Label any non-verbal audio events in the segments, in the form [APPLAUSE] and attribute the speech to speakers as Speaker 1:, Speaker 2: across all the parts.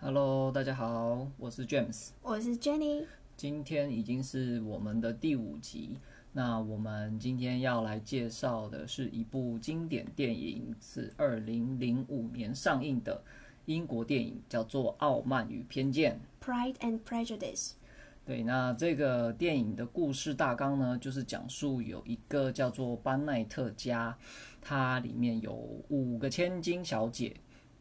Speaker 1: Hello，大家好，我是 James。
Speaker 2: 我是 Jenny，
Speaker 1: 今天已经是我们的第五集，那我们今天要来介绍的是一部经典电影，是二零零五年上映的英国电影，叫做《傲慢与偏见》。
Speaker 2: Pride and Prejudice，
Speaker 1: 对，那这个电影的故事大纲呢，就是讲述有一个叫做班奈特家，它里面有五个千金小姐，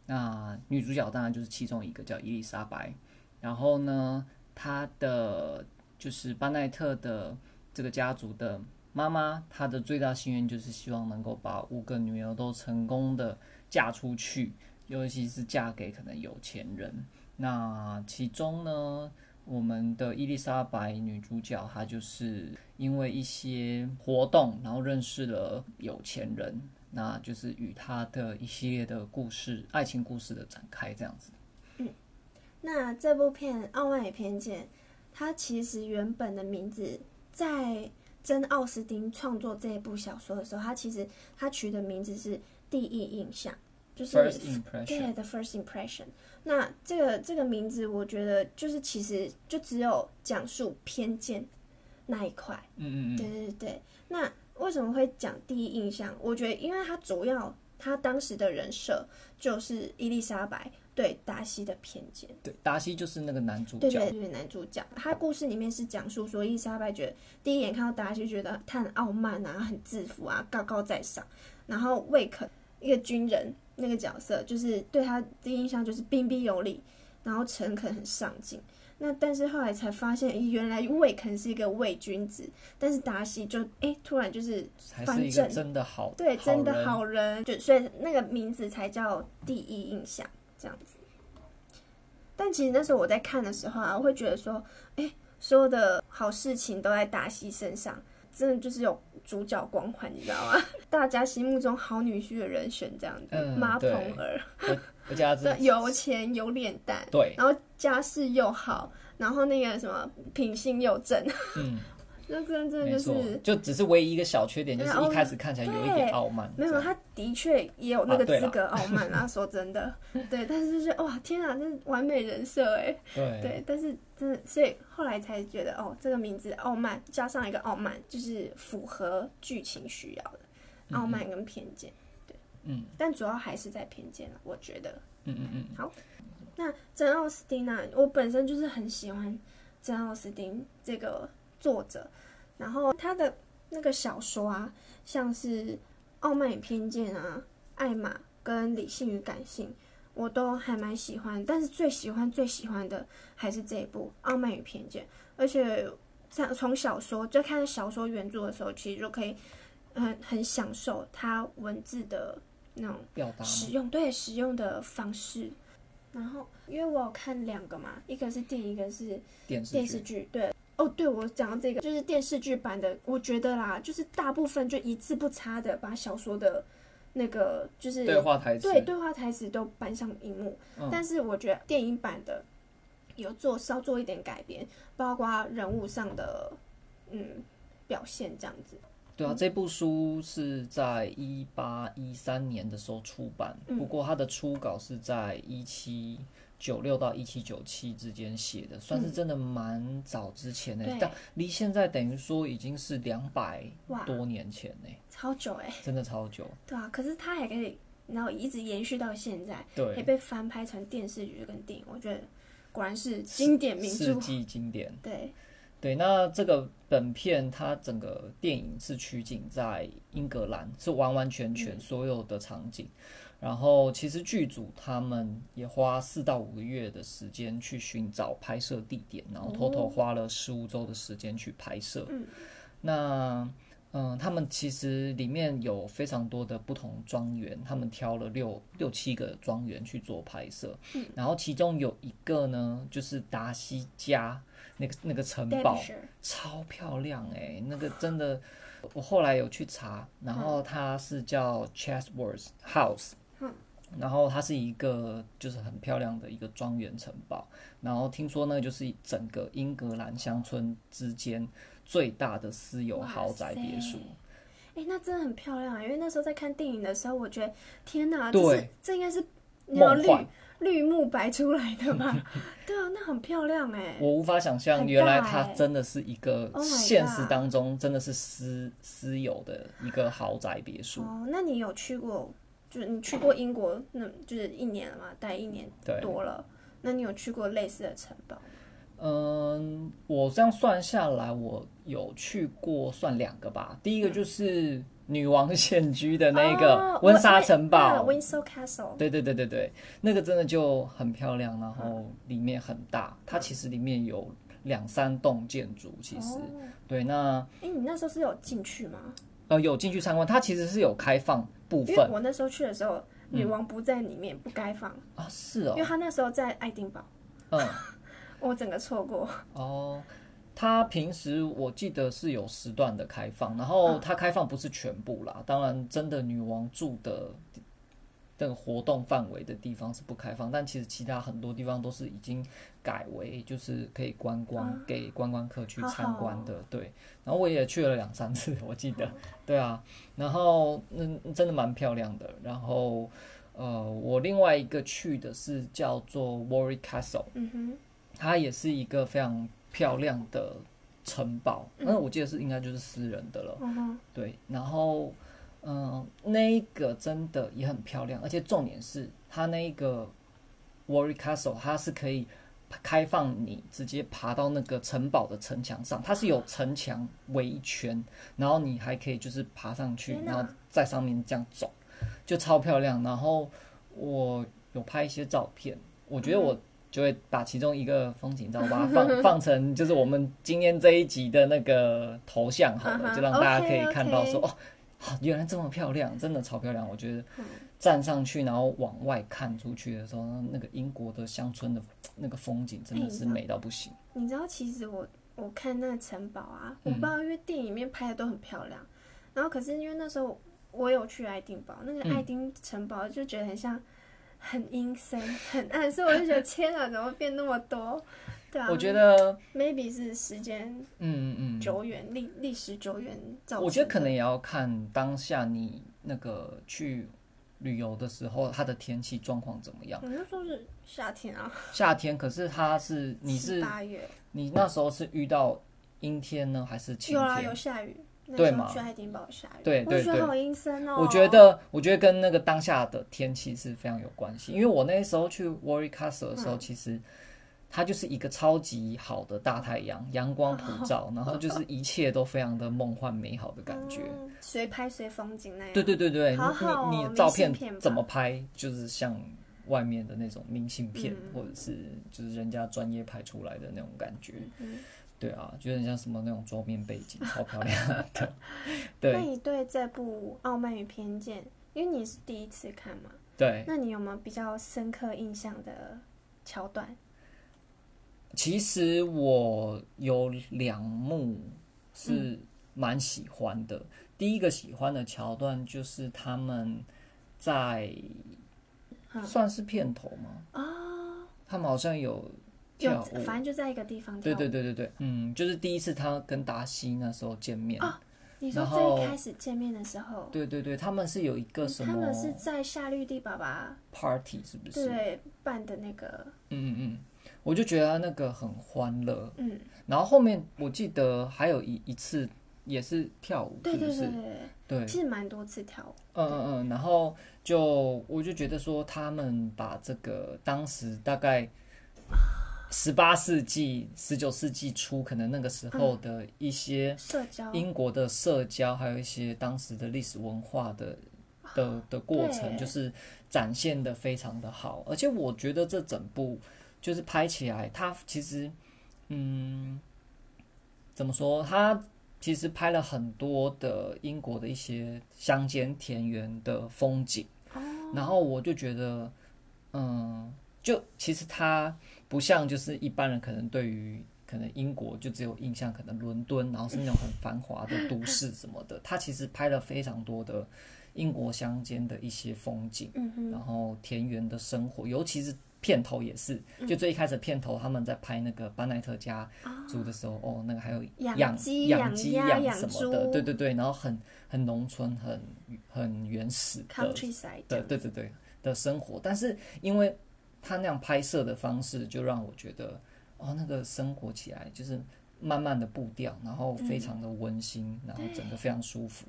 Speaker 1: 那女主角当然就是其中一个叫伊丽莎白，然后呢，她的就是班奈特的这个家族的妈妈，她的最大心愿就是希望能够把五个女儿都成功的嫁出去，尤其是嫁给可能有钱人。那其中呢，我们的伊丽莎白女主角，她就是因为一些活动，然后认识了有钱人，那就是与她的一系列的故事、爱情故事的展开这样子。
Speaker 2: 那这部片《傲慢与偏见》，它其实原本的名字在珍奥斯汀创作这部小说的时候，它其实它取的名字是《第一印象》，就是
Speaker 1: First impression，
Speaker 2: 对 the first impression。那这个这个名字，我觉得就是其实就只有讲述偏见那一块。
Speaker 1: 嗯嗯
Speaker 2: 对
Speaker 1: 嗯，
Speaker 2: 对对。那为什么会讲第一印象？我觉得，因为他主要他当时的人设就是伊丽莎白对达西的偏见。
Speaker 1: 对，达西就是那个男主
Speaker 2: 对
Speaker 1: 角
Speaker 2: 对，对，男主角他故事里面是讲述说伊丽莎白觉得第一眼看到达西觉得他很傲慢啊，很自负啊，高高在上。然后魏肯一个军人那个角色，就是对他第一印象就是彬彬有礼，然后诚恳很上进。那但是后来才发现，咦，原来魏肯是一个伪君子，但是达西就哎突然就是
Speaker 1: 还是一个
Speaker 2: 反正
Speaker 1: 真的好，
Speaker 2: 对真的
Speaker 1: 人
Speaker 2: 好人，就所以那个名字才叫第一印象这样子。但其实那时候我在看的时候啊，我会觉得说，哎，所有的好事情都在达西身上，真的就是有主角光环，你知道吗？ [LAUGHS] 大家心目中好女婿的人选这样子，
Speaker 1: 嗯
Speaker 2: 妈
Speaker 1: 对
Speaker 2: 鹏儿， [LAUGHS]
Speaker 1: 而且他是
Speaker 2: 对，有钱有脸蛋，
Speaker 1: 对，
Speaker 2: 然后家世又好，然后那个什么品性又正，
Speaker 1: 嗯，
Speaker 2: [LAUGHS] 那真的
Speaker 1: 没
Speaker 2: 就
Speaker 1: 错
Speaker 2: 是，
Speaker 1: 就只是唯一一个小缺点，就是
Speaker 2: 然后
Speaker 1: 一开始看起来有一点傲慢，
Speaker 2: 没有，
Speaker 1: 这样
Speaker 2: 他的确也有那
Speaker 1: 啊
Speaker 2: 个
Speaker 1: 对啦
Speaker 2: 资格傲
Speaker 1: [LAUGHS]
Speaker 2: 慢啊，说真的，对，但是就是哇，天啊，这是完美人设哎，
Speaker 1: 对
Speaker 2: 对，但是真的，所以后来才觉得哦，这个名字傲慢加上一个傲慢，就是符合剧情需要的，傲慢跟偏见，
Speaker 1: 嗯
Speaker 2: 但主要还是在偏见了，我觉得。
Speaker 1: 嗯嗯嗯，
Speaker 2: 那珍奥斯汀呢、啊我本身就是很喜欢珍奥斯汀这个作者，然后他的那个小说啊，像是《傲慢与偏见》啊，《艾玛》跟《理性与感性》，我都还蛮喜欢。但是最喜欢最喜欢的还是这一部《傲慢与偏见》，而且像从小说就看小说原著的时候，其实就可以很很享受它文字的那种
Speaker 1: 表达
Speaker 2: 使用对使用的方式。然后，因为我有看两个嘛，一个是电影，一个是
Speaker 1: 电视
Speaker 2: 电视
Speaker 1: 剧，
Speaker 2: 剧。对，哦，对，我讲到这个，就是电视剧版的，我觉得啦，就是大部分就一字不差的把小说的那个就是
Speaker 1: 对话台词，
Speaker 2: 对对话台词都搬上荧幕，
Speaker 1: 嗯
Speaker 2: 但是我觉得电影版的有做稍做一点改变，包括人物上的嗯表现这样子。
Speaker 1: 对
Speaker 2: 嗯
Speaker 1: 啊，这部书是在一八一三年的时候出版，
Speaker 2: 嗯
Speaker 1: 不过它的初稿是在一七九六到一七九七之间写的，算是真的蛮早之前的、
Speaker 2: 对
Speaker 1: 但离现在等于说已经是两百
Speaker 2: 哇
Speaker 1: 多年前呢、
Speaker 2: 超久哎、
Speaker 1: 真的超久。
Speaker 2: 对啊，可是它还可以，然后一直延续到现在。 [LAUGHS] 也
Speaker 1: 对，
Speaker 2: 被翻拍成电视剧跟电影，我觉得果然是经典名
Speaker 1: 世
Speaker 2: 著。
Speaker 1: 纪经典。
Speaker 2: 对，
Speaker 1: 对，那这个本片它整个电影是取景在英格兰，是完完全全所有的场景。然后其实剧组他们也花四到五个月的时间去寻找拍摄地点，然后偷偷花了十五周的时间去拍摄。
Speaker 2: 嗯
Speaker 1: 那嗯，他们其实里面有非常多的不同庄园，他们挑了六六七个庄园去做拍摄，然后其中有一个呢，就是达西家那个那个城
Speaker 2: d a
Speaker 1: 堡
Speaker 2: v，i
Speaker 1: 超漂亮哎、那个真的，我后来有去查，然后它是叫 Chesworth House，
Speaker 2: 嗯
Speaker 1: 然后它是一个就是很漂亮的一个庄园城堡，然后听说那就是整个英格兰乡村之间最大的私有豪宅别墅，
Speaker 2: 哎、那真的很漂亮啊！因为那时候在看电影的时候，我觉得天哪，
Speaker 1: 对
Speaker 2: 这是这应该是你
Speaker 1: 梦
Speaker 2: 绿
Speaker 1: 幻
Speaker 2: 绿幕白出来的吧？
Speaker 1: [LAUGHS]
Speaker 2: 对啊，那很漂亮哎、
Speaker 1: 我无法想象，
Speaker 2: 很
Speaker 1: 原来
Speaker 2: 大
Speaker 1: 它
Speaker 2: 欸
Speaker 1: 真的是一个
Speaker 2: Oh my
Speaker 1: 现实
Speaker 2: god
Speaker 1: 当中真的是私私有的一个豪宅别墅。
Speaker 2: 哦，那你有去过？就是你去过英国，那就是一年了嘛，待一年
Speaker 1: 对，
Speaker 2: 多了。那你有去过类似的城堡？
Speaker 1: 嗯，我这样算下来，我有去过算两个吧。第一个就是女王现居的那个
Speaker 2: 哦
Speaker 1: 温莎城堡，
Speaker 2: 温莎 Castle。
Speaker 1: 对对对对对，那个真的就很漂亮，然后里面很大，它其实里面有两三栋建筑，其实、
Speaker 2: 哦
Speaker 1: 对那
Speaker 2: 哎、你那时候是有进去吗？
Speaker 1: 呃有进去参观，它其实是有开放部
Speaker 2: 因为
Speaker 1: 分
Speaker 2: 我那时候去的时候，女王不在里面，不该放，
Speaker 1: 啊，是
Speaker 2: 因为
Speaker 1: 嗯哦，
Speaker 2: 她那时候在爱丁堡，
Speaker 1: 嗯
Speaker 2: 我整个错过。
Speaker 1: 哦。它平时我记得是有时段的开放，然后它开放不是全部啦，当然真的女王住的这个活动范围的地方是不开放，但其实其他很多地方都是已经改为就是可以观光、给观光客去参观的，对。然后我也去了两三次， [LAUGHS] 我记得，对啊。然后嗯，真的蛮漂亮的。然后呃，我另外一个去的是叫做 Warwick Castle，
Speaker 2: 嗯哼，
Speaker 1: 它也是一个非常漂亮的城堡，那我记得是应该就是私人的了。
Speaker 2: 嗯哼，
Speaker 1: 对，然后嗯，那一个真的也很漂亮，而且重点是它那一个 Warwick Castle，它是可以开放你直接爬到那个城堡的城墙上，它是有城墙围一圈，然后你还可以就是爬上去，
Speaker 2: 天哪
Speaker 1: 然后在上面这样走，就超漂亮。然后我有拍一些照片，我觉得
Speaker 2: 嗯
Speaker 1: 我。就会把其中一个风景照把它放
Speaker 2: [LAUGHS]
Speaker 1: 放成就是我们今天这一集的那个头像好
Speaker 2: 嗯
Speaker 1: 了，
Speaker 2: 哼
Speaker 1: 就让大家可以
Speaker 2: OK，OK
Speaker 1: 看到说哦，啊原来这么漂亮，真的超漂亮。我觉得
Speaker 2: 嗯
Speaker 1: 站上去，然后往外看出去的时候，那个英国的乡村的那个风景
Speaker 2: 哎
Speaker 1: 真的是美到不行。
Speaker 2: 你知道其实我我看那个城堡啊，我不知道，
Speaker 1: 嗯
Speaker 2: 因为电影里面拍的都很漂亮，然后可是因为那时候我有去爱丁堡，那个
Speaker 1: 嗯
Speaker 2: 爱丁城堡就觉得很像很阴森、很暗，所以我就觉得天啊，怎么变那么多？对啊，
Speaker 1: 我觉得，
Speaker 2: maybe 是时间
Speaker 1: 嗯嗯嗯，
Speaker 2: 久远、历历史久远造成的。
Speaker 1: 我觉得可能也要看当下你那个去旅游的时候，它的天气状况怎么样。
Speaker 2: 我嗯那时候是夏天啊，
Speaker 1: 夏天，可是它是你是
Speaker 2: 八月
Speaker 1: 你那时候是遇到阴天呢，还是晴
Speaker 2: 有啦，
Speaker 1: 天
Speaker 2: 有？下雨。那
Speaker 1: 对
Speaker 2: 时候
Speaker 1: 嘛
Speaker 2: 去爱丁堡下雨，
Speaker 1: 对
Speaker 2: 我就
Speaker 1: 对
Speaker 2: 觉得
Speaker 1: 对
Speaker 2: 好阴森哦。
Speaker 1: 我觉得，我觉得跟那个当下的天气是非常有关系。因为我那时候去 Warwick Castle 的时
Speaker 2: 嗯
Speaker 1: 候，其实它就是一个超级好的大太阳，阳光普
Speaker 2: [LAUGHS]
Speaker 1: 照，然后就是一切都非常的梦幻美好的感觉。
Speaker 2: 嗯随拍随风景那样。
Speaker 1: 对对对对，
Speaker 2: 好好哦
Speaker 1: 你你
Speaker 2: 明
Speaker 1: 照
Speaker 2: 信
Speaker 1: 片
Speaker 2: 片吧
Speaker 1: 怎么拍，就是像外面的那种明信片，
Speaker 2: 嗯
Speaker 1: 或者是就是人家专业拍出来的那种感觉。
Speaker 2: 嗯
Speaker 1: 对啊，就很像什么那种桌面背
Speaker 2: [LAUGHS]
Speaker 1: 景，超漂亮的。 [LAUGHS]
Speaker 2: 那
Speaker 1: 对
Speaker 2: 你对这部《傲慢与偏见》，因为你是第一次看嘛，
Speaker 1: 对，
Speaker 2: 那你有没有比较深刻印象的桥段？
Speaker 1: 其实我有两幕
Speaker 2: 嗯
Speaker 1: 是蛮喜欢的。第一个喜欢的桥段就是他们在
Speaker 2: 嗯
Speaker 1: 算是片头吗？
Speaker 2: 哦，
Speaker 1: 他们好像有
Speaker 2: 有
Speaker 1: 跳，舞，
Speaker 2: 反正就在一个地方跳
Speaker 1: 对
Speaker 2: 舞。
Speaker 1: 对对对对，嗯，就是第一次他跟达西那时候见面，
Speaker 2: 啊你说
Speaker 1: 然后
Speaker 2: 最一开始见面的时候，嗯
Speaker 1: 对对对，他们是有一个什
Speaker 2: 他
Speaker 1: 么
Speaker 2: 们是在夏绿蒂爸爸
Speaker 1: party 是不是？
Speaker 2: 对办的那个，
Speaker 1: 嗯嗯嗯，我就觉得他那个很欢乐，
Speaker 2: 嗯，
Speaker 1: 然后后面我记得还有一一次也是跳舞，
Speaker 2: 对
Speaker 1: 是不
Speaker 2: 对
Speaker 1: 是
Speaker 2: 对？对
Speaker 1: 对
Speaker 2: 对，其实蛮多次跳舞。
Speaker 1: 嗯嗯嗯，然后就我就觉得说，他们把这个当时大概十八世纪、十九世纪初，可能那个时
Speaker 2: 嗯
Speaker 1: 候的一些
Speaker 2: 社交，
Speaker 1: 英国的社交，还有一些当时的历史文化的的的过程，
Speaker 2: 对
Speaker 1: 就是展现的非常的好。而且我觉得这整部就是拍起来，它其实嗯，怎么说？它其实拍了很多的英国的一些乡间田园的风景，然后我就觉得，嗯，就其实它不像就是一般人可能对于可能英国就只有印象，可能伦敦，然后是那种很繁华的都市什么的，它其实拍了非常多的英国乡间的一些风景。
Speaker 2: 嗯哼，
Speaker 1: 然后田园的生活，尤其是片头也是，
Speaker 2: 嗯
Speaker 1: 就最一开始片头他们在拍那个班奈特家族的时候，哦，那个还有
Speaker 2: 啊养
Speaker 1: 养
Speaker 2: 鸡
Speaker 1: 养
Speaker 2: 养
Speaker 1: 鸡
Speaker 2: 鸭养
Speaker 1: 什么的，
Speaker 2: 猪
Speaker 1: 对对对，然后很很农村，很很原始的
Speaker 2: countryside
Speaker 1: 的，对对对的生活，但是因为他那样拍摄的方式，就让我觉得哦，那个生活起来就是慢慢的步调，然后
Speaker 2: 嗯
Speaker 1: 非常的温馨，然后整个非常舒服。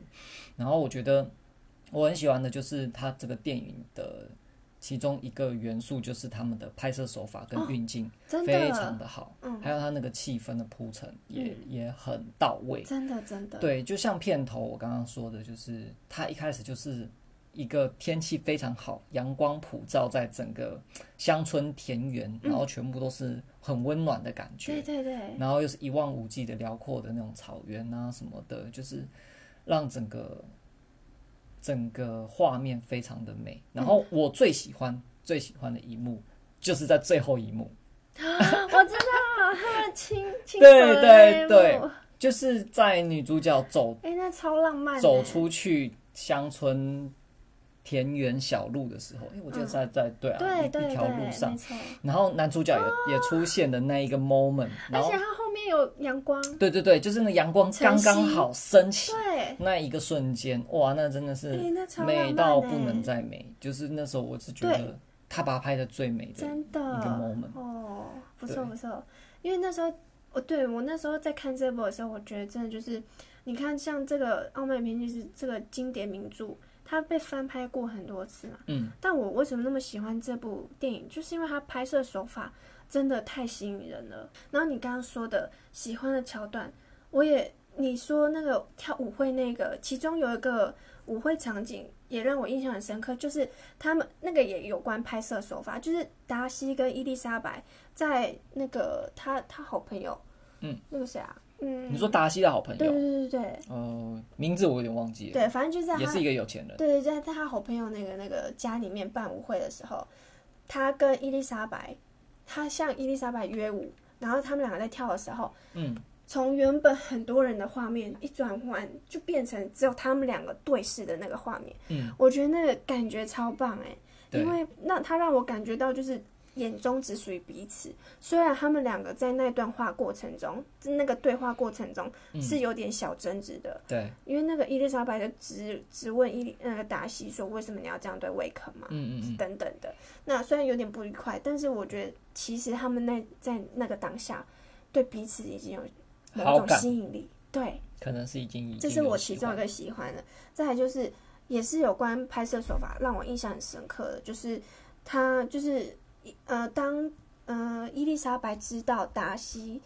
Speaker 1: 然后我觉得我很喜欢的就是他这个电影的其中一个元素，就是他们的拍摄手法跟运镜
Speaker 2: 哦真
Speaker 1: 非常
Speaker 2: 的，
Speaker 1: 的好，
Speaker 2: 嗯
Speaker 1: 还有他那个气氛的铺陈也、也很到位。
Speaker 2: 真的，真的，
Speaker 1: 对，就像片头我刚刚说的，就是它一开始就是一个天气非常好，阳光普照在整个乡村田园，然后全部都是很温暖的感觉，
Speaker 2: 对对嗯对，
Speaker 1: 然后又是一望无际的辽阔的那种草原啊什么的，就是让整个整个画面非常的美。然
Speaker 2: 嗯
Speaker 1: 后我最喜欢最喜欢的一幕就是在最后一幕，
Speaker 2: 我知道，他们亲亲手
Speaker 1: 对
Speaker 2: 的那一
Speaker 1: 对
Speaker 2: 幕
Speaker 1: 对，就是在女主角走
Speaker 2: 哎、那超浪漫的，
Speaker 1: 走出去乡村田园小路的时候，因为我记得是在在对啊
Speaker 2: 嗯对
Speaker 1: 一
Speaker 2: 对
Speaker 1: 一条路
Speaker 2: 对，
Speaker 1: 上
Speaker 2: 没，错。
Speaker 1: 然后男主角也也出现的那一个 moment，然
Speaker 2: 而
Speaker 1: 后
Speaker 2: 且它后面有阳光，
Speaker 1: 对对对，就是那阳光刚
Speaker 2: 晨曦
Speaker 1: 刚好升起
Speaker 2: 对，
Speaker 1: 那一个瞬间，哇，那真的是
Speaker 2: 哎那超浪漫
Speaker 1: 美到
Speaker 2: 欸
Speaker 1: 不能再美，就是那时候我是觉
Speaker 2: 对
Speaker 1: 得他把它拍的最美的，
Speaker 2: 真的
Speaker 1: 一个 moment
Speaker 2: 哦，不错
Speaker 1: 对
Speaker 2: 不错。因为那时候，哦，对我那时候在看这部的时候，我觉得真的就是，你看像这个《傲慢与偏见》就是这个经典名著，它被翻拍过很多次嘛。
Speaker 1: 嗯，
Speaker 2: 但我为什么那么喜欢这部电影，就是因为它拍摄手法真的太吸引人了。然后你刚刚说的喜欢的桥段，我也你说那个跳舞会那个，其中有一个舞会场景也让我印象很深刻，就是他们那个也有关拍摄手法，就是达西跟伊丽莎白在那个他他好朋友，
Speaker 1: 嗯，
Speaker 2: 那个谁啊，嗯，
Speaker 1: 你说达西的好朋
Speaker 2: 对
Speaker 1: 友，
Speaker 2: 对对对
Speaker 1: 呃，名字我有点忘记
Speaker 2: 对
Speaker 1: 了，
Speaker 2: 对，反正就是在
Speaker 1: 也
Speaker 2: 他
Speaker 1: 是一个有钱人，
Speaker 2: 对对，在他好朋友那个那个家里面办舞会的时候，他跟伊丽莎白，他向伊丽莎白约舞，然后他们两个在跳的时候，
Speaker 1: 嗯，
Speaker 2: 从原本很多人的画面一转换，就变成只有他们两个对视的那个画面。
Speaker 1: 嗯，
Speaker 2: 我觉得那个感觉超棒哎、
Speaker 1: 对
Speaker 2: 因为那他让我感觉到就是眼中只属于彼此。虽然他们两个在那段话过程中，那个对话过程中
Speaker 1: 嗯
Speaker 2: 是有点小争执的，
Speaker 1: 对，
Speaker 2: 因为那个伊丽莎白就直直问伊丽那个达西说，为什么你要这样对威肯嘛？
Speaker 1: 嗯嗯嗯，
Speaker 2: 等等的。那虽然有点不愉快，但是我觉得其实他们那在那个当下对彼此已经有某
Speaker 1: 好
Speaker 2: 种
Speaker 1: 感
Speaker 2: 吸引力。对，
Speaker 1: 可能是已经已经
Speaker 2: 这是
Speaker 1: 有
Speaker 2: 我
Speaker 1: 喜
Speaker 2: 其中一
Speaker 1: 欢
Speaker 2: 个喜欢的。再来就是也是有关拍摄手法让我印象很深刻的，就是他就是呃当呃伊丽莎白知道达西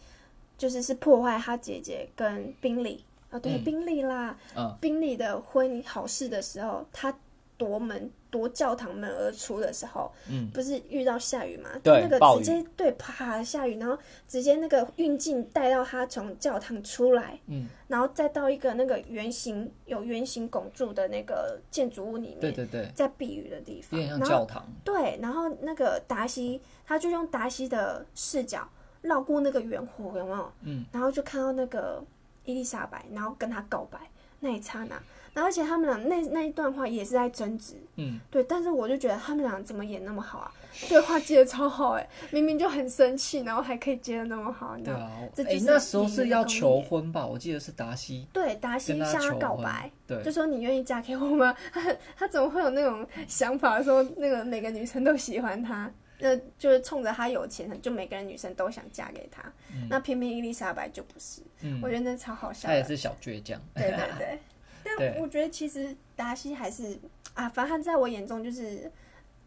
Speaker 2: 就是是破坏她姐姐跟宾利啊，对
Speaker 1: 嗯
Speaker 2: 宾利啦，
Speaker 1: 嗯
Speaker 2: 宾利的婚礼好事的时候，他夺门夺教堂门而出的时候，
Speaker 1: 嗯，
Speaker 2: 不是遇到下雨嘛？
Speaker 1: 对
Speaker 2: 那个
Speaker 1: 暴
Speaker 2: 直接对啪下雨，然后直接那个运镜带到他从教堂出来，
Speaker 1: 嗯，
Speaker 2: 然后再到一个那个圆形有圆形拱柱的那个建筑物里面，
Speaker 1: 对对对，
Speaker 2: 在避雨的地
Speaker 1: 有
Speaker 2: 方，
Speaker 1: 点像
Speaker 2: 然后
Speaker 1: 教堂，
Speaker 2: 对，然后那个达西他就用达西的视角绕过那个圆弧，有没有？
Speaker 1: 嗯，
Speaker 2: 然后就看到那个伊丽莎白，然后跟他告白那一刹那，然后而且他们俩那那一段话也是在争执，
Speaker 1: 嗯，
Speaker 2: 对，但是我就觉得他们俩怎么演那么好啊？对话接的超好哎、明明就很生气，然后还可以接的那么好，你知
Speaker 1: 对
Speaker 2: 道吗？
Speaker 1: 啊，
Speaker 2: 这
Speaker 1: 哎、
Speaker 2: 就是
Speaker 1: 那时候
Speaker 2: 演员
Speaker 1: 是
Speaker 2: 的
Speaker 1: 要
Speaker 2: 功力
Speaker 1: 求婚吧？我记得是达西
Speaker 2: 对，达西
Speaker 1: 啊跟
Speaker 2: 向他
Speaker 1: 求
Speaker 2: 告
Speaker 1: 婚
Speaker 2: 白，，
Speaker 1: 对
Speaker 2: 就，说你愿意嫁给我吗？ [LAUGHS] 他他怎么会有那种想法，说那个每个女生都喜欢他？那就是冲着他有钱，就每个人女生都想嫁给他。那偏偏伊丽莎白就不是，
Speaker 1: 嗯
Speaker 2: 我，觉得那超好笑
Speaker 1: 他也
Speaker 2: 的。
Speaker 1: 是小倔强， [LAUGHS]
Speaker 2: 对对对，但
Speaker 1: 对
Speaker 2: 我觉得其实达西还是啊，反正他在我眼中就是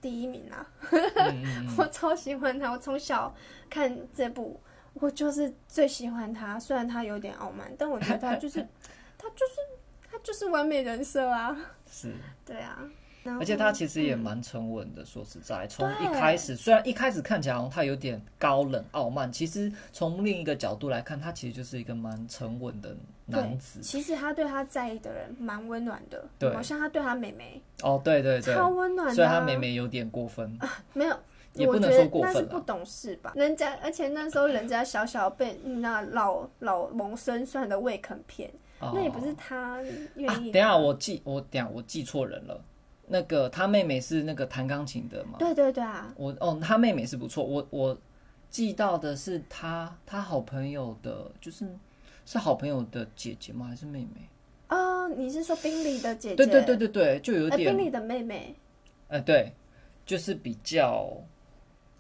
Speaker 2: 第一名啦。
Speaker 1: 嗯嗯嗯
Speaker 2: [LAUGHS] 我超喜欢他，我从小看这部，我就是最喜欢他。虽然他有点傲慢，但我觉
Speaker 1: [LAUGHS]
Speaker 2: 得他就是他就是他就是完美人设啊。
Speaker 1: 是，
Speaker 2: 对啊，然后
Speaker 1: 而且他其实也蛮沉稳的。说实在，从
Speaker 2: 对
Speaker 1: 一开始，虽然一开始看起来好像他有点高冷傲慢，其实从另一个角度来看，他其实就是一个蛮沉稳的男子
Speaker 2: 对。其实他对他在意的人蛮温暖的，
Speaker 1: 对
Speaker 2: 好像他对他妹妹
Speaker 1: 哦，对对对，
Speaker 2: 超温暖的啊、
Speaker 1: 虽然他妹妹有点过
Speaker 2: [LAUGHS]
Speaker 1: 分，
Speaker 2: 没有。
Speaker 1: 也
Speaker 2: 我
Speaker 1: 不
Speaker 2: 觉
Speaker 1: 能
Speaker 2: 得
Speaker 1: 说过
Speaker 2: 那
Speaker 1: 分啊
Speaker 2: 是
Speaker 1: 啦
Speaker 2: 不懂事吧？人家，而且那时候人家小小被嗯那老老谋深算的魏肯骗，
Speaker 1: 哦、
Speaker 2: 那也不是他愿
Speaker 1: 啊，
Speaker 2: 意、
Speaker 1: 等一下，我记我等一下我记错人了。那个他妹妹是那个弹钢琴的嘛？
Speaker 2: 对对对啊，
Speaker 1: 我哦，他妹妹是不错，我我记到的是他他好朋友的，就是是好朋友的姐姐吗？还是妹妹？
Speaker 2: 哦，你是说宾利的姐姐？
Speaker 1: 对对对对对，就有
Speaker 2: 哎，
Speaker 1: 点呃
Speaker 2: 宾利的妹妹，
Speaker 1: 呃对，就是比较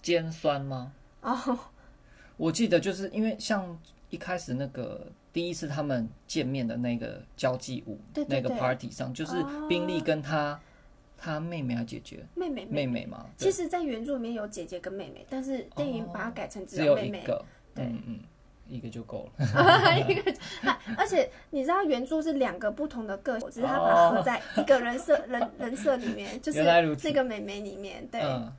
Speaker 1: 尖酸吗？
Speaker 2: 哦，
Speaker 1: 我记得就是因为像一开始那个第一次他们见面的那个交际舞，
Speaker 2: 对对
Speaker 1: 那个
Speaker 2: 对
Speaker 1: party 上，就是
Speaker 2: 哦
Speaker 1: 宾利跟他、他妹妹啊姐姐
Speaker 2: 妹妹妹。
Speaker 1: 妹妹嘛，对
Speaker 2: 其实，在原著里面有姐姐跟妹妹，但是电影把它改成
Speaker 1: 只有
Speaker 2: 有妹
Speaker 1: 一
Speaker 2: 妹。
Speaker 1: 个，
Speaker 2: 对
Speaker 1: 嗯嗯，一个就够了。
Speaker 2: 一个，啊而且你知道原著是两个不同的个性，只是他把它合在一个
Speaker 1: [LAUGHS]
Speaker 2: 人设、人人设里面，就是
Speaker 1: 原来如此
Speaker 2: 这个妹妹里面，对，
Speaker 1: 嗯，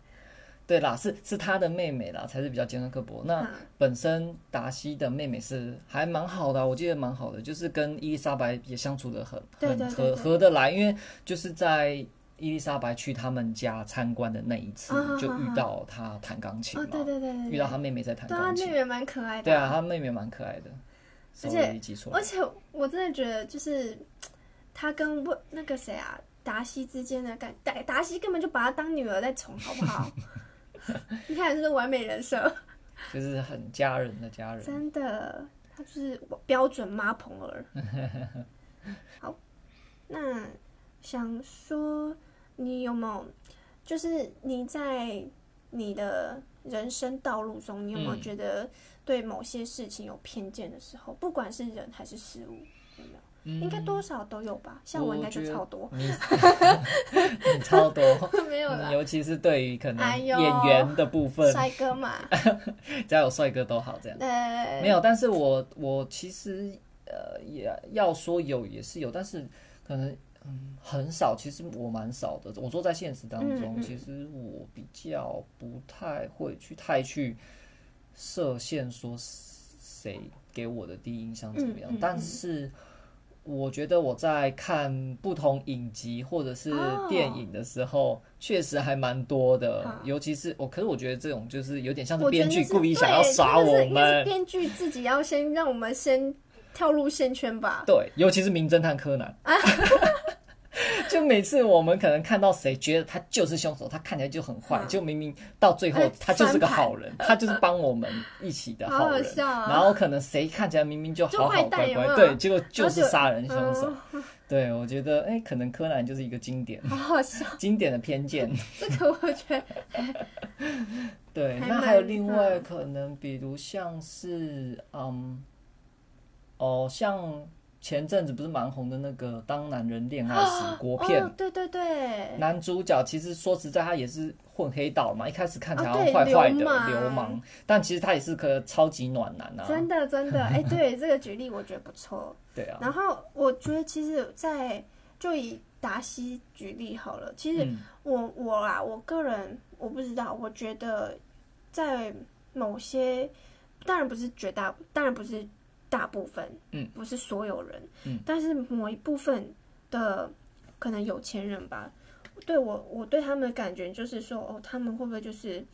Speaker 1: 对啦，是是他的妹妹啦，才是比较尖酸刻薄。那
Speaker 2: 嗯
Speaker 1: 本身达西的妹妹是还蛮好的啊、我记得蛮好的，就是跟伊丽莎白也相处的很
Speaker 2: 对
Speaker 1: 很
Speaker 2: 对对
Speaker 1: 合
Speaker 2: 对
Speaker 1: 合得来，因为就是在伊丽莎白去他们家参观的那一次，
Speaker 2: 啊
Speaker 1: 就
Speaker 2: 啊
Speaker 1: 遇
Speaker 2: 啊
Speaker 1: 到他弹钢琴
Speaker 2: 哦，
Speaker 1: 嘛，
Speaker 2: 对对对对
Speaker 1: 遇
Speaker 2: 对
Speaker 1: 到，他妹妹在弹
Speaker 2: 对啊，
Speaker 1: 钢
Speaker 2: 那
Speaker 1: 琴，
Speaker 2: 个也蛮可爱的，
Speaker 1: 对啊，，他啊妹妹蛮可爱的，
Speaker 2: 而
Speaker 1: sorry，
Speaker 2: 且
Speaker 1: 记错了
Speaker 2: 而，且我真的觉得就是他跟魏那个谁啊达西之间的感，达达西根本就把她当女儿在宠，好不
Speaker 1: [LAUGHS]
Speaker 2: 好？你看，这是完美人设，
Speaker 1: 就是很家人的家人。
Speaker 2: 真的，他就是标准妈棚
Speaker 1: [LAUGHS]
Speaker 2: 儿。好，那想说你有没有，就是你在你的人生道路中，你有没有
Speaker 1: 嗯
Speaker 2: 觉得对某些事情有偏见的时候，不管是人还是事物，有没有？应该多少都有吧。像我应该 [LAUGHS] 就
Speaker 1: 嗯我觉得
Speaker 2: 超
Speaker 1: [LAUGHS]
Speaker 2: 多，
Speaker 1: 你你超多，
Speaker 2: 没有
Speaker 1: 嗯
Speaker 2: 啦，
Speaker 1: 尤其是对于可
Speaker 2: 哎
Speaker 1: 能
Speaker 2: 呦
Speaker 1: 演员的部分，
Speaker 2: [LAUGHS] 帅哥嘛，
Speaker 1: 只要有帅哥都好这样。
Speaker 2: 呃
Speaker 1: 没，有，但是我我其实呃也要说有也是有，但是可能嗯很少，其实我蛮少的。我说在现实当中，
Speaker 2: 嗯嗯
Speaker 1: 其实我比较不太会去太去设限，说谁给我的第一印象怎么样。
Speaker 2: 嗯嗯嗯
Speaker 1: 但是我觉得我在看不同影集或者是
Speaker 2: 哦
Speaker 1: 电影的时候，确实还蛮多的
Speaker 2: 好。
Speaker 1: 尤其是我，哦可是我觉得这种就是有点像是
Speaker 2: 我觉得
Speaker 1: 编
Speaker 2: 那
Speaker 1: 剧
Speaker 2: 是
Speaker 1: 故意想要
Speaker 2: 对
Speaker 1: 耍
Speaker 2: 那是
Speaker 1: 我
Speaker 2: 那是
Speaker 1: 们。
Speaker 2: 编剧自己要先让我们先跳入线圈吧。
Speaker 1: 对，尤其是名侦探柯南。 [LAUGHS] 就每次我们可能看到谁觉得他就是凶手，他看起来就很坏，
Speaker 2: 嗯
Speaker 1: 就明明到最后
Speaker 2: 哎
Speaker 1: 他就是个
Speaker 2: 翻盘
Speaker 1: 好人，他就是帮我们一起的
Speaker 2: 好
Speaker 1: 好
Speaker 2: 好
Speaker 1: 人。
Speaker 2: 笑啊
Speaker 1: 然后可能谁看起来明明就
Speaker 2: 就
Speaker 1: 好好
Speaker 2: 坏蛋
Speaker 1: 乖
Speaker 2: 有
Speaker 1: 乖，
Speaker 2: 没有
Speaker 1: 对，结果就是
Speaker 2: 就
Speaker 1: 杀人凶手。
Speaker 2: 嗯，
Speaker 1: 对，我觉得哎，可能柯南就是一个经典
Speaker 2: 好好笑，
Speaker 1: 经典的偏见。
Speaker 2: 这个我觉
Speaker 1: [LAUGHS]
Speaker 2: 得
Speaker 1: 对，
Speaker 2: 还
Speaker 1: 那
Speaker 2: 蛮
Speaker 1: 还有另外
Speaker 2: 嗯
Speaker 1: 可能，比如像是嗯，哦，像前阵子不是蛮红的那个《当男人恋爱时》国片
Speaker 2: 哦，，对对对，
Speaker 1: 男主角其实说实在，他也是混黑道嘛，一开始看起来
Speaker 2: 哦
Speaker 1: 好像
Speaker 2: 对
Speaker 1: 坏坏的
Speaker 2: 流氓
Speaker 1: 流氓，但其实他也是个超级暖男啊
Speaker 2: 真。的真的，哎，对这个举例我觉得不
Speaker 1: [LAUGHS]
Speaker 2: 错。
Speaker 1: 对啊，
Speaker 2: 然后我觉得其实，在就以达西举例好了，其实
Speaker 1: 嗯
Speaker 2: 我我啊，我个人我不知道，我觉得在某些，当然不是绝大，当然不是大部分，
Speaker 1: 嗯，
Speaker 2: 不是所有人，
Speaker 1: 嗯，
Speaker 2: 但是某一部分的可能有钱人吧，对我我对他们的感觉就是说，哦，他们会不会就是。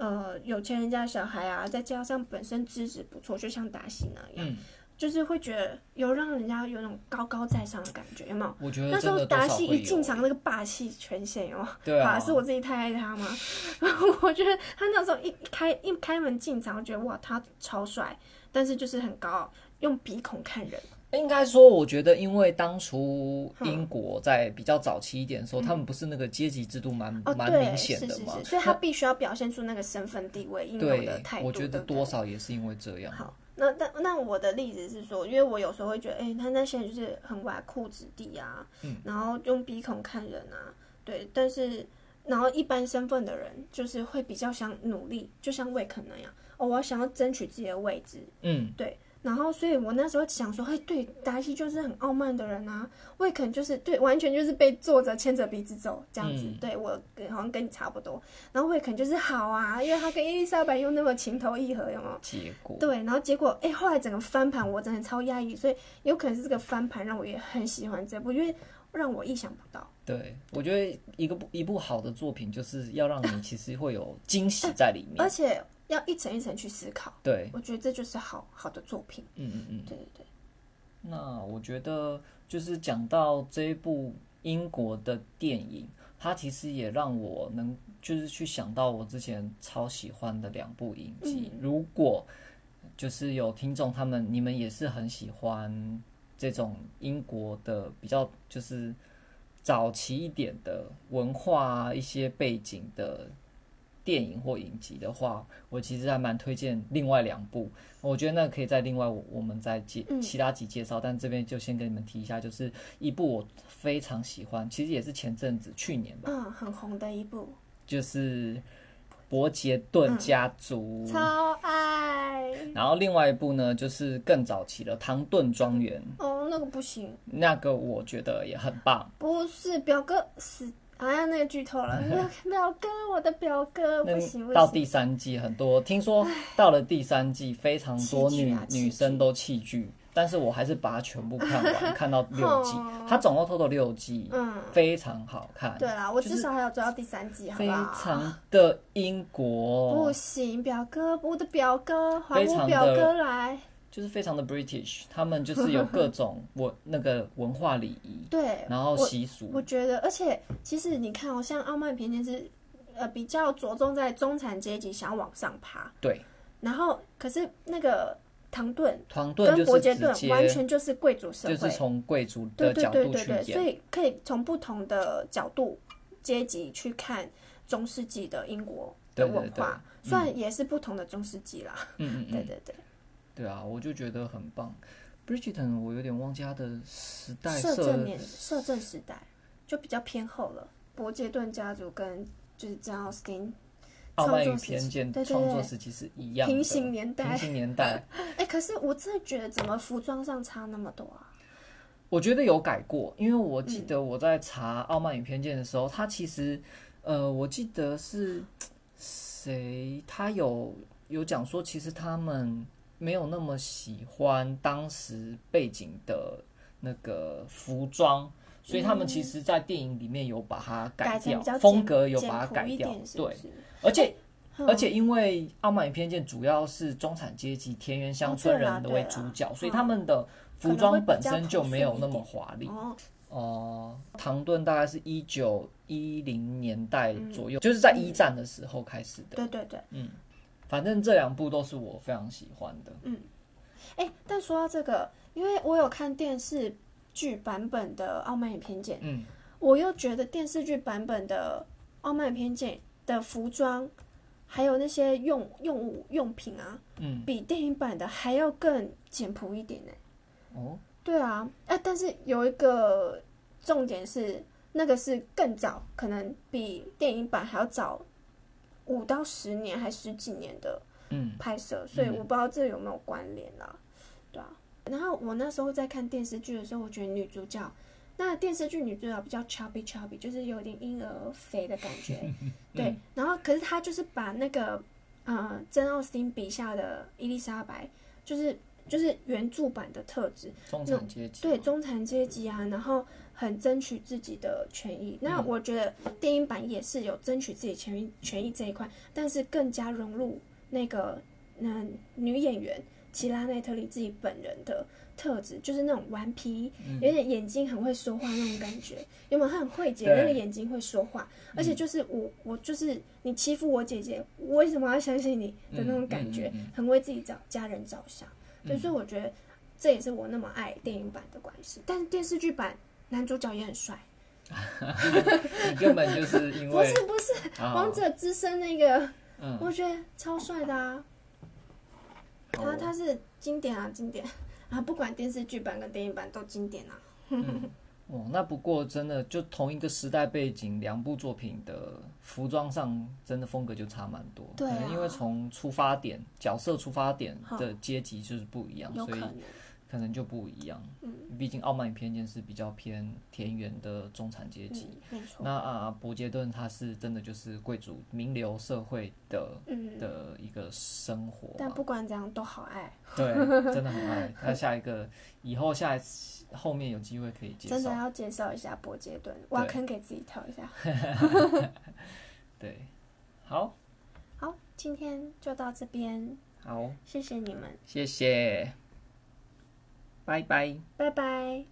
Speaker 2: 呃，有钱人家的小孩啊，再加上本身资质不错，就像达西那样，
Speaker 1: 嗯，
Speaker 2: 就是会觉得有让人家有那种高高在上的感觉，有没有？
Speaker 1: 我觉得
Speaker 2: 那时
Speaker 1: 真
Speaker 2: 候
Speaker 1: 的多
Speaker 2: 达
Speaker 1: 少
Speaker 2: 西
Speaker 1: 会
Speaker 2: 一进
Speaker 1: 有，
Speaker 2: 场，那个霸气全显，有没有？
Speaker 1: 对啊
Speaker 2: 啊，，是我自己太爱他吗？ [LAUGHS] 我觉得他那时候一开一开门进场，我觉得哇，他超帅，但是就是很高傲，用鼻孔看人。
Speaker 1: 应该说，我觉得因为当初英国在比较早期一点的时候，他们不是那个阶级制度蛮
Speaker 2: 嗯哦，
Speaker 1: 蛮
Speaker 2: 对，
Speaker 1: 明
Speaker 2: 是
Speaker 1: 显
Speaker 2: 是
Speaker 1: 的嘛
Speaker 2: 是，，所以他必须要表现出那个身份地位应有的
Speaker 1: 对
Speaker 2: 态，度。
Speaker 1: 我觉得
Speaker 2: 对不对
Speaker 1: 多少也是因为这样。
Speaker 2: 好。那那那我的例子是说，因为我有时候会觉得，哎、他那些人就是很纨绔子弟啊，
Speaker 1: 嗯
Speaker 2: 然后用鼻孔看人啊，对，但是然后一般身份的人就是会比较想努力，就像魏肯那样，哦，我要想要争取自己的位置，
Speaker 1: 嗯，
Speaker 2: 然后，所以我那时候想说，嘿，对，达西就是很傲慢的人啊，魏肯就是对，完全就是被作者牵着鼻子走这样子。
Speaker 1: 嗯
Speaker 2: 对我跟好像跟你差不多。然后魏肯就是好啊，因为他跟伊丽莎白又那么情投意合，有没有？
Speaker 1: 结果
Speaker 2: 对，然后结果哎，后来整个翻盘，我真的超压抑，所以有可能是这个翻盘让我也很喜欢这部，因为让我意想不到。
Speaker 1: 对，我觉得一个部一部好的作品，就是要让你其实会有惊喜在里
Speaker 2: 而
Speaker 1: 面。
Speaker 2: 且要一层一层去思考，
Speaker 1: 对，
Speaker 2: 我觉得这就是好好的作品。
Speaker 1: 嗯嗯嗯。
Speaker 2: 对对对，
Speaker 1: 那我觉得就是讲到这一部英国的电影，它其实也让我能就是去想到我之前超喜欢的两部影集。如果就是有听众他们你们也是很喜欢这种英国的比较就是早期一点的文化啊，一些背景的。电影或影集的话，我其实还蛮推荐另外两部。我觉得那可以在另外我我们再介
Speaker 2: 嗯
Speaker 1: 其他集介绍，但这边就先跟你们提一下，就是一部我非常喜欢，其实也是前阵子去年吧，
Speaker 2: 嗯，很红的一部，
Speaker 1: 就是《伯杰顿家族》
Speaker 2: 嗯超爱
Speaker 1: 然后另外一部呢，就是更早期的《唐顿庄园》，
Speaker 2: 哦，那个不行，
Speaker 1: 那个我觉得也很棒。
Speaker 2: 不是表哥死，哎呀，那个剧透
Speaker 1: [LAUGHS]
Speaker 2: 了，那个表哥，我的表哥
Speaker 1: 那
Speaker 2: 不行不
Speaker 1: 到
Speaker 2: 行，
Speaker 1: 第三季，很多听说到了第三季，非常多
Speaker 2: 弃剧
Speaker 1: 女、
Speaker 2: 啊弃剧
Speaker 1: 女生都弃剧，但是我还是把它全部看完，看到六季
Speaker 2: [LAUGHS] 哦，
Speaker 1: 它总共 total 六季，
Speaker 2: 嗯，
Speaker 1: 非常好看，
Speaker 2: 对啦，我
Speaker 1: 就
Speaker 2: 至
Speaker 1: 是
Speaker 2: 少还有追到第三集，好
Speaker 1: 非
Speaker 2: 不好？
Speaker 1: 常的英
Speaker 2: 不
Speaker 1: 国，
Speaker 2: 行，表哥，我的表哥，还
Speaker 1: 非常
Speaker 2: 我
Speaker 1: 的
Speaker 2: 表哥来。
Speaker 1: 就是非常的 British，他们就是有各种文那个文化礼仪，
Speaker 2: 对，
Speaker 1: 然后
Speaker 2: [LAUGHS] 我
Speaker 1: 习俗
Speaker 2: 我，觉得，而且其实你看哦，像《傲慢与偏见》是呃比较着重在中产阶级想要往上爬，
Speaker 1: 对，
Speaker 2: 然后可是那个唐顿
Speaker 1: 唐顿
Speaker 2: 跟
Speaker 1: 就
Speaker 2: 伯
Speaker 1: 是
Speaker 2: 杰
Speaker 1: 直
Speaker 2: 顿
Speaker 1: 接
Speaker 2: 完全就是贵族社
Speaker 1: 就
Speaker 2: 会，
Speaker 1: 是从贵族
Speaker 2: 对
Speaker 1: 的
Speaker 2: 对
Speaker 1: 角
Speaker 2: 对
Speaker 1: 度
Speaker 2: 对
Speaker 1: 去
Speaker 2: 对，所
Speaker 1: 演，
Speaker 2: 以可以从不同的角度、阶级去看中世纪的英国的
Speaker 1: 对对
Speaker 2: 文
Speaker 1: 对嗯
Speaker 2: 化，虽然也是不同的中世纪啦，
Speaker 1: 嗯嗯嗯
Speaker 2: 对。对对，
Speaker 1: 对啊，我就觉得很棒。Bridgerton，我有点忘记它的时代
Speaker 2: 摄
Speaker 1: 设
Speaker 2: 政年摄政时代就比较偏后了，伯杰顿家族跟就是詹奥斯汀
Speaker 1: 傲慢与
Speaker 2: 创作时期
Speaker 1: 偏见
Speaker 2: 对对
Speaker 1: 创作
Speaker 2: 对
Speaker 1: 时期是一样的，嗯
Speaker 2: 平行年
Speaker 1: 平
Speaker 2: 代，
Speaker 1: 行年代，
Speaker 2: 哎，可是我真的觉得怎么服装上差那么多啊？
Speaker 1: 我觉得有改过，因为我记
Speaker 2: 嗯
Speaker 1: 得我在查《傲慢与偏见》的时候，它其实，呃，我记得是谁，他有有讲说，其实他们没有那么喜欢当时背景的那个服装。所以他们其实，在电影里面有把它改
Speaker 2: 嗯成
Speaker 1: 掉
Speaker 2: 比较
Speaker 1: 风
Speaker 2: 简
Speaker 1: 格，有
Speaker 2: 简
Speaker 1: 把它
Speaker 2: 朴
Speaker 1: 改
Speaker 2: 一
Speaker 1: 掉
Speaker 2: 点，是不
Speaker 1: 对，
Speaker 2: 是
Speaker 1: 而且
Speaker 2: 嗯
Speaker 1: 而且因为《傲慢与偏见》主要是中产阶级、田园乡村人的为主角，
Speaker 2: 哦对啦对啦
Speaker 1: 所以他们的服装本身就没有那么华丽。
Speaker 2: 哦，
Speaker 1: 哦、唐顿大概是一九一零年代左
Speaker 2: 嗯
Speaker 1: 右，就是在一战的时候开始的。
Speaker 2: 对对对。
Speaker 1: 反正这两部都是我非常喜欢的。
Speaker 2: 哎、但说到这个，因为我有看电视剧版本的《傲慢与偏见》，
Speaker 1: 嗯，
Speaker 2: 我又觉得电视剧版本的《傲慢与偏见》的服装，还有那些用用物用品啊，
Speaker 1: 嗯，
Speaker 2: 比电影版的还要更简朴一点呢、欸
Speaker 1: 哦，
Speaker 2: 对啊，哎、但是有一个重点是，那个是更早，可能比电影版还要早五到十年还十几年的
Speaker 1: 嗯，
Speaker 2: 拍摄，所以我不知道这有没有关联啦、对啊。然后我那时候在看电视剧的时候，我觉得女主角，那电视剧女主角比较 chubby chubby，就是有点婴儿肥的感
Speaker 1: [LAUGHS]
Speaker 2: 觉，
Speaker 1: 嗯
Speaker 2: 对。然后可是她就是把那个呃珍奥斯汀笔下的伊丽莎白，就是就是原著版的特质，
Speaker 1: 中产阶级。
Speaker 2: 对中产阶级啊，然后很争取自己的权益。
Speaker 1: 嗯
Speaker 2: 那我觉得电影版也是有争取自己权益权益这一块，但是更加融入那个嗯、女演员齐拉内特里自己本人的特质，就是那种顽皮，
Speaker 1: 嗯
Speaker 2: 有点眼睛很会说话那种感觉。有没有？她很会姐，
Speaker 1: 对
Speaker 2: 那个眼睛会说话，而且就是我我就是你欺负我姐姐，我为什么要相信你的那种感觉，
Speaker 1: 嗯嗯嗯嗯
Speaker 2: 很为自己着家人着想。对，所以我觉得这也是我那么爱电影版的关系。但是电视剧版男主角也很帅，
Speaker 1: 你根本就是因
Speaker 2: 不
Speaker 1: 为
Speaker 2: 是不是，
Speaker 1: 啊
Speaker 2: 王者之声那个，
Speaker 1: 嗯
Speaker 2: 我觉得超帅的啊。
Speaker 1: 好
Speaker 2: 他他是经典啊，经典 [LAUGHS] 啊，不管电视剧版跟电影版都经典啊。
Speaker 1: 哦，那不过真的就同一个时代背景，两部作品的服装上真的风格就差蛮多。
Speaker 2: 对啊
Speaker 1: 可能因为从出发点、角色出发点
Speaker 2: 好
Speaker 1: 的阶级就是不一样，
Speaker 2: 有
Speaker 1: 所
Speaker 2: 可嗯
Speaker 1: 以
Speaker 2: 能，
Speaker 1: 可能就不一样。毕竟《傲慢与偏见》是比较偏田园的中产阶级，
Speaker 2: 嗯，没错，
Speaker 1: 那啊伯杰顿他是真的就是贵族名流社会的
Speaker 2: 嗯，
Speaker 1: 的一个生活嘛。
Speaker 2: [LAUGHS] 但不管怎样都好爱，
Speaker 1: 对，真的很爱。那下一个以后下一次后面有机会可以介
Speaker 2: 真的啊
Speaker 1: 绍。
Speaker 2: 要介绍一下伯杰顿，挖
Speaker 1: 对
Speaker 2: 坑给自己跳一下。
Speaker 1: 对，好。
Speaker 2: 好，今天就到这边，
Speaker 1: 好，
Speaker 2: 谢谢你们，
Speaker 1: 谢谢，拜拜。
Speaker 2: 拜拜。